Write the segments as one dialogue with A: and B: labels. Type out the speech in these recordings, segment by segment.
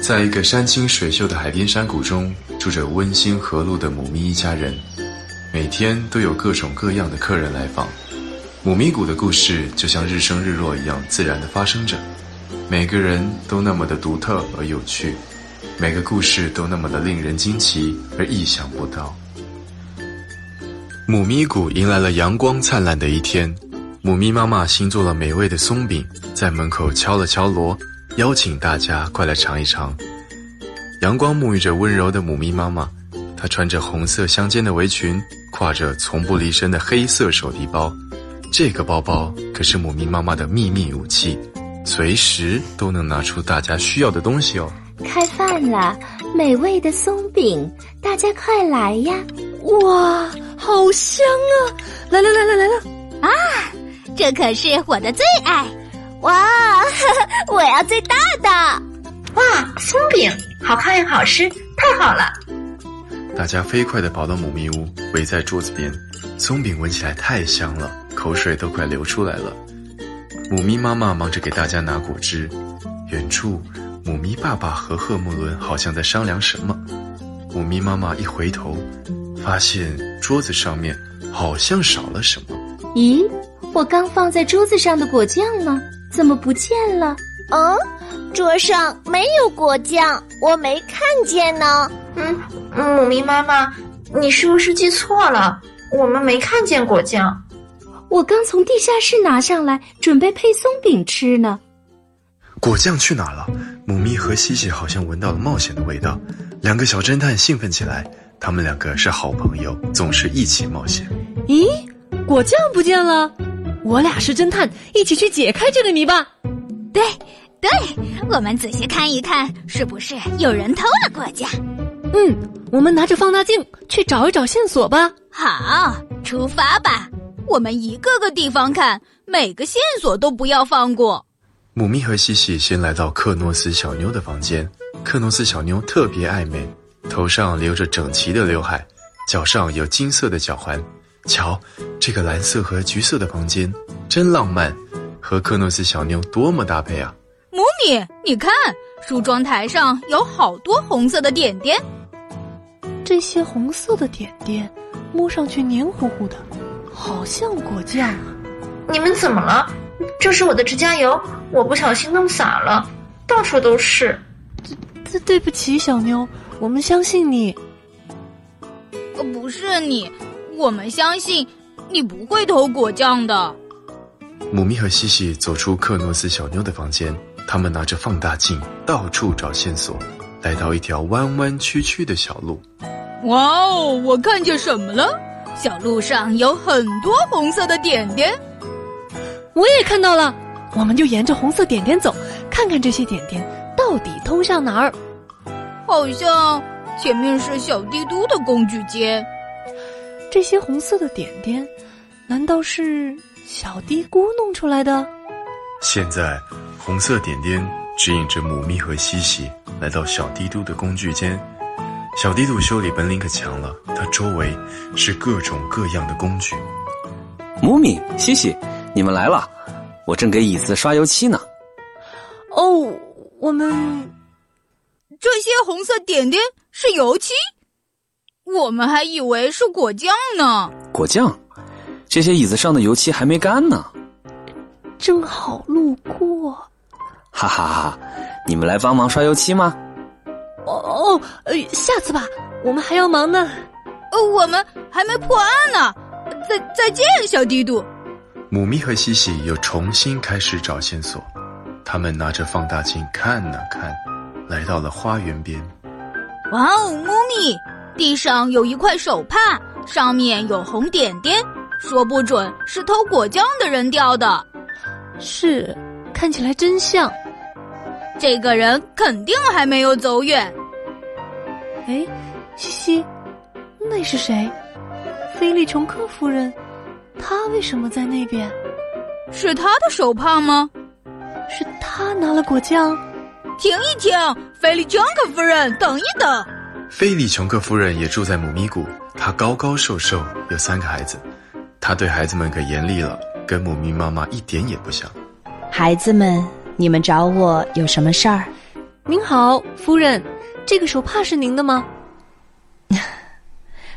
A: 在一个山清水秀的海边山谷中，住着温馨和睦的母咪一家人，每天都有各种各样的客人来访。母咪谷的故事就像日升日落一样自然的发生着，每个人都那么的独特而有趣，每个故事都那么的令人惊奇而意想不到。母咪谷迎来了阳光灿烂的一天，母咪妈妈新做了美味的松饼，在门口敲了敲锣，邀请大家快来尝一尝。阳光沐浴着温柔的母咪妈妈，她穿着红色相间的围裙，挎着从不离身的黑色手提包。这个包包可是母咪妈妈的秘密武器，随时都能拿出大家需要的东西哦。
B: 开饭啦！美味的松饼，大家快来呀！
C: 哇，好香啊！来来来来来了，
B: 啊
D: 这可是我的最爱。
B: 哇， 我要最大的！
E: 哇，松饼，好看又好吃，太好了！
A: 大家飞快地跑到母咪屋，围在桌子边。松饼闻起来太香了，口水都快流出来了。母咪妈妈忙着给大家拿果汁。远处，母咪爸爸和赫穆伦好像在商量什么。母咪妈妈一回头，发现桌子上面好像少了什么。
B: 咦，我刚放在桌子上的果酱呢？怎么不见了？
F: 嗯，桌上没有果酱，我没看见呢。
E: 嗯，母咪妈妈，你是不是记错了？我们没看见果酱。
B: 我刚从地下室拿上来，准备配松饼吃呢。
A: 果酱去哪了？母咪和西西好像闻到了冒险的味道，两个小侦探兴奋起来。他们两个是好朋友，总是一起冒险。
C: 咦，果酱不见了！我俩是侦探，一起去解开这个谜吧。
D: 对，对，我们仔细看一看，是不是有人偷了果酱？
C: 嗯，我们拿着放大镜去找一找线索吧。
D: 好，出发吧！我们一个个地方看，每个线索都不要放过。哦
A: 母咪和西西先来到克诺斯小妞的房间。克诺斯小妞特别爱美，头上留着整齐的刘海，脚上有金色的脚环。瞧，这个蓝色和橘色的房间真浪漫，和克诺斯小妞多么搭配啊！
D: 母米，你看，梳妆台上有好多红色的点点。
G: 这些红色的点点，摸上去黏糊糊的，好像果酱啊。
E: 你们怎么了？这是我的指甲油，我不小心弄洒了，到处都是。
G: 对对不起，小妞，我们相信你。
D: 呃，不是你，我们相信你不会偷果酱的。
A: 母咪和西西走出克诺斯小妞的房间，他们拿着放大镜到处找线索，来到一条弯弯曲曲的小路。
D: 哇哦，我看见什么了？小路上有很多红色的点点。
C: 我也看到了，
G: 我们就沿着红色点点走，看看这些点点到底通向哪儿。
D: 好像前面是小帝都的工具街。
G: 这些红色的点点，难道是小低咕弄出来的？
A: 现在，红色点点指引着母咪和西西来到小帝都的工具间。小帝都修理本领可强了，它周围是各种各样的工具。
H: 母米、西西，你们来了，我正给椅子刷油漆呢。
G: 哦，我们
D: 这些红色点点是油漆，我们还以为是果酱呢。
H: 果酱，这些椅子上的油漆还没干呢。
G: 正好路过。
H: 哈哈哈，你们来帮忙刷油漆吗？
G: 哦哦，呃，下次吧，我们还要忙呢。
D: 呃，我们还没破案呢。呃再再见，小帝都。
A: 母咪和西西又重新开始找线索，他们拿着放大镜看呐、看，来到了花园边。
D: 哇哦，猫咪，地上有一块手帕，上面有红点点，说不准是偷果酱的人掉的。
G: 是，看起来真像。
D: 这个人肯定还没有走远。
G: 哎，西西，那是谁？菲利琼克夫人，她为什么在那边？
D: 是他的手帕吗？
G: 是她拿了果酱？
D: 停一停，菲利江克夫人，等一等。
A: 菲利琼克夫人也住在母咪谷，她高高瘦瘦，有三个孩子。她对孩子们可严厉了，跟母咪妈妈一点也不像。
I: 孩子们，你们找我有什么事儿？
C: 您好，夫人，这个手帕是您的吗？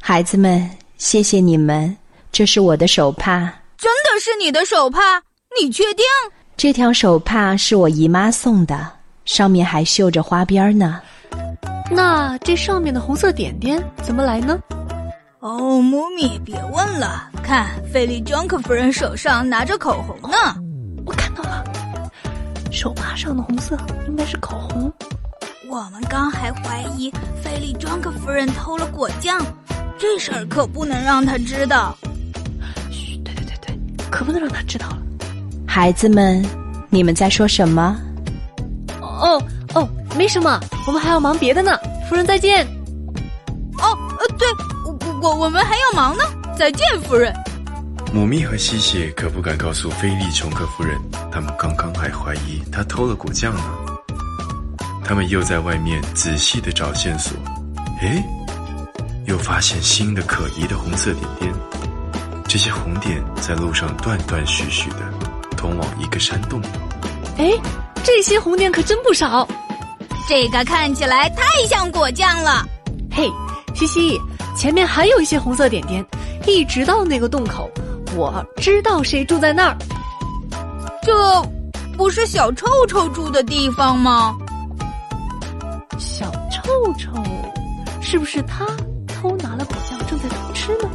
I: 孩子们，谢谢你们，这是我的手帕。
D: 真的是你的手帕？你确定？
I: 这条手帕是我姨妈送的，上面还绣着花边呢。
G: 那这上面的红色点点怎么来呢？
D: 哦，姆米，别问了，看菲利庄克夫人手上拿着口红呢。
G: 我看到了，手帕上的红色应该是口红。
D: 我们刚还怀疑菲利庄克夫人偷了果酱，这事儿可不能让她知道。
G: 嘘，对对对对，可不能让他知道了。
I: 孩子们，你们在说什么？
C: 哦哦，没什么，我们还要忙别的呢。夫人再见。
D: 哦，呃，对，我我我们还要忙呢。再见，夫人。
A: 母蜜和西西可不敢告诉菲利琼克夫人，他们刚刚还怀疑她偷了果酱呢。他们又在外面仔细的找线索，诶，又发现新的可疑的红色点点。这些红点在路上断断续续的，通往一个山洞。
C: 哎，这些红点可真不少。
D: 这个看起来太像果酱了。
C: 嘿，西西，前面还有一些红色点点，一直到那个洞口。我知道谁住在那儿。
D: 这不是小臭臭住的地方吗？
G: 小臭臭，是不是他偷拿了果酱正在偷吃呢？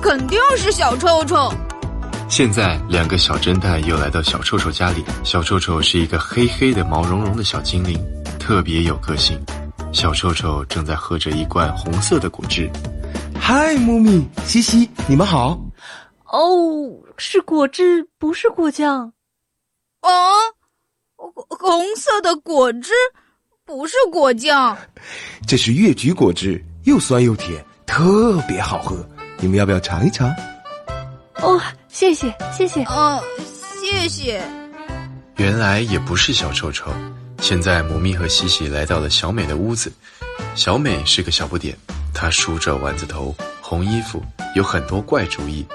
D: 肯定是小臭臭。
A: 现在，两个小侦探又来到小臭臭家里。小臭臭是一个黑黑的、毛茸茸的小精灵，特别有个性。小臭臭正在喝着一罐红色的果汁。
J: 嗨，木米、西西，你们好。
G: 哦，是果汁，不是果酱。
D: 哦，红色的果汁不是果酱，
J: 这是越橘果汁，又酸又甜，特别好喝。你们要不要尝一尝？
G: 哦，谢谢谢谢。
D: 嗯、谢谢。
A: 原来也不是小臭臭。现在，母咪和西西来到了小美的屋子。小美是个小不点，她梳着丸子头，红衣服，有很多怪主意。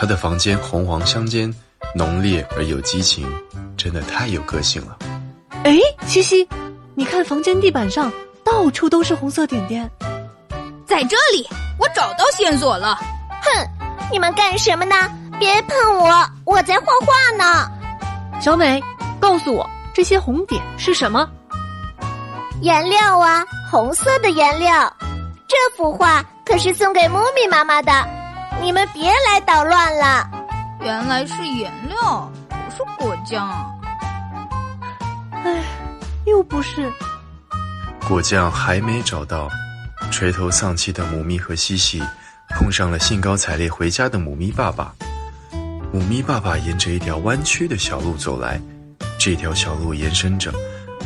A: 她的房间红黄相间，浓烈而有激情，真的太有个性了。
G: 哎，西西，你看房间地板上到处都是红色点点。
D: 在这里，我找到线索了。
F: 哼，你们干什么呢？别碰我，我在画画呢。
C: 小美，告诉我这些红点是什么？
F: 颜料啊，红色的颜料。这幅画啊可是送给木米妈妈的，你们别来捣乱了。
D: 原来是颜料，不是果酱。
G: 哎，又不是。
A: 果酱还没找到，垂头丧气的母咪和西西碰上了兴高采烈回家的母咪爸爸。母咪爸爸沿着一条弯曲的小路走来，这条小路延伸着，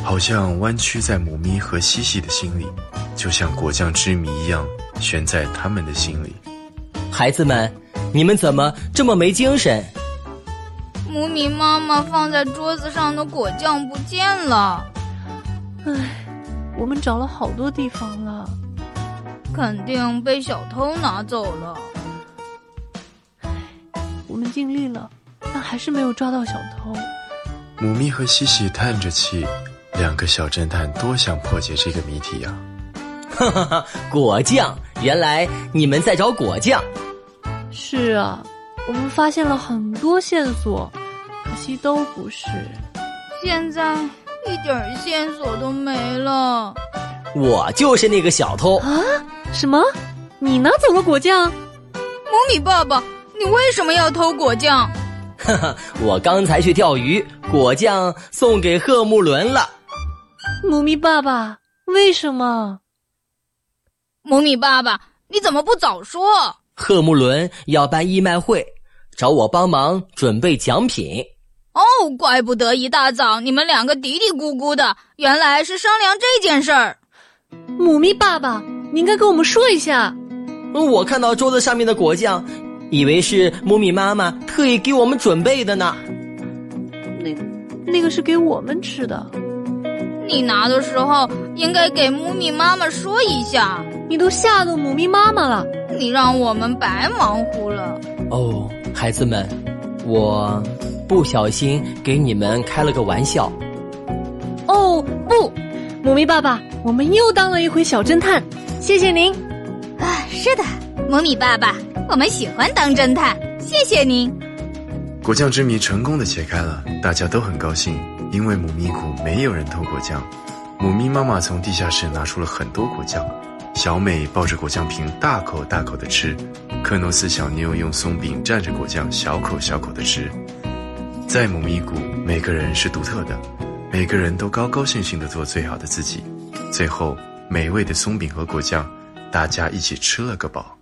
A: 好像弯曲在母咪和西西的心里，就像果酱之谜一样悬在他们的心里。
K: 孩子们，你们怎么这么没精神？
D: 母米妈妈放在桌子上的果酱不见了，
G: 哎，我们找了好多地方了。
D: 肯定被小偷拿走了。
G: 我们尽力了，但还是没有抓到小偷。
A: 母咪和西西叹着气，两个小侦探多想破解这个谜题啊呀、
K: 哈哈哈，果酱，原来你们在找果酱。
G: 是啊，我们发现了很多线索，可惜都不是。
D: 现在一点儿线索都没了。
K: 我就是那个小偷，
G: 什么？你拿走了果酱？
D: 母米爸爸，你为什么要偷果酱？
K: 我刚才去钓鱼，果酱送给贺木伦了。
G: 母咪爸爸，为什么？
D: 母米爸爸，你怎么不早说？
K: 贺木伦要办义卖会，找我帮忙准备奖品。
D: 哦，怪不得一大早你们两个嘀嘀咕咕的，原来是商量这件事儿。
C: 母咪爸爸，你应该跟我们说一下。
K: 我看到桌子上面的果酱，以为是姆米妈妈特意给我们准备的呢。
G: 那那个是给我们吃的。
D: 你拿的时候应该给母米妈妈说一下，
C: 你都吓到母咪妈妈了。
D: 你让我们白忙活了。
K: 哦，孩子们，我不小心给你们开了个玩笑。
C: 哦不，姆咪爸爸，我们又当了一回小侦探，谢谢您。
D: 啊，是的，姆米爸爸，我们喜欢当侦探，谢谢您。
A: 果酱之谜成功的解开了，大家都很高兴，因为母咪谷没有人偷果酱。母咪妈妈从地下室拿出了很多果酱，小美抱着果酱瓶大口大口的吃，克诺斯小妞用松饼蘸着果酱小口小口的吃。在母咪谷，每个人是独特的，每个人都高高兴兴的做最好的自己。最后，美味的松饼和果酱，大家一起吃了个饱。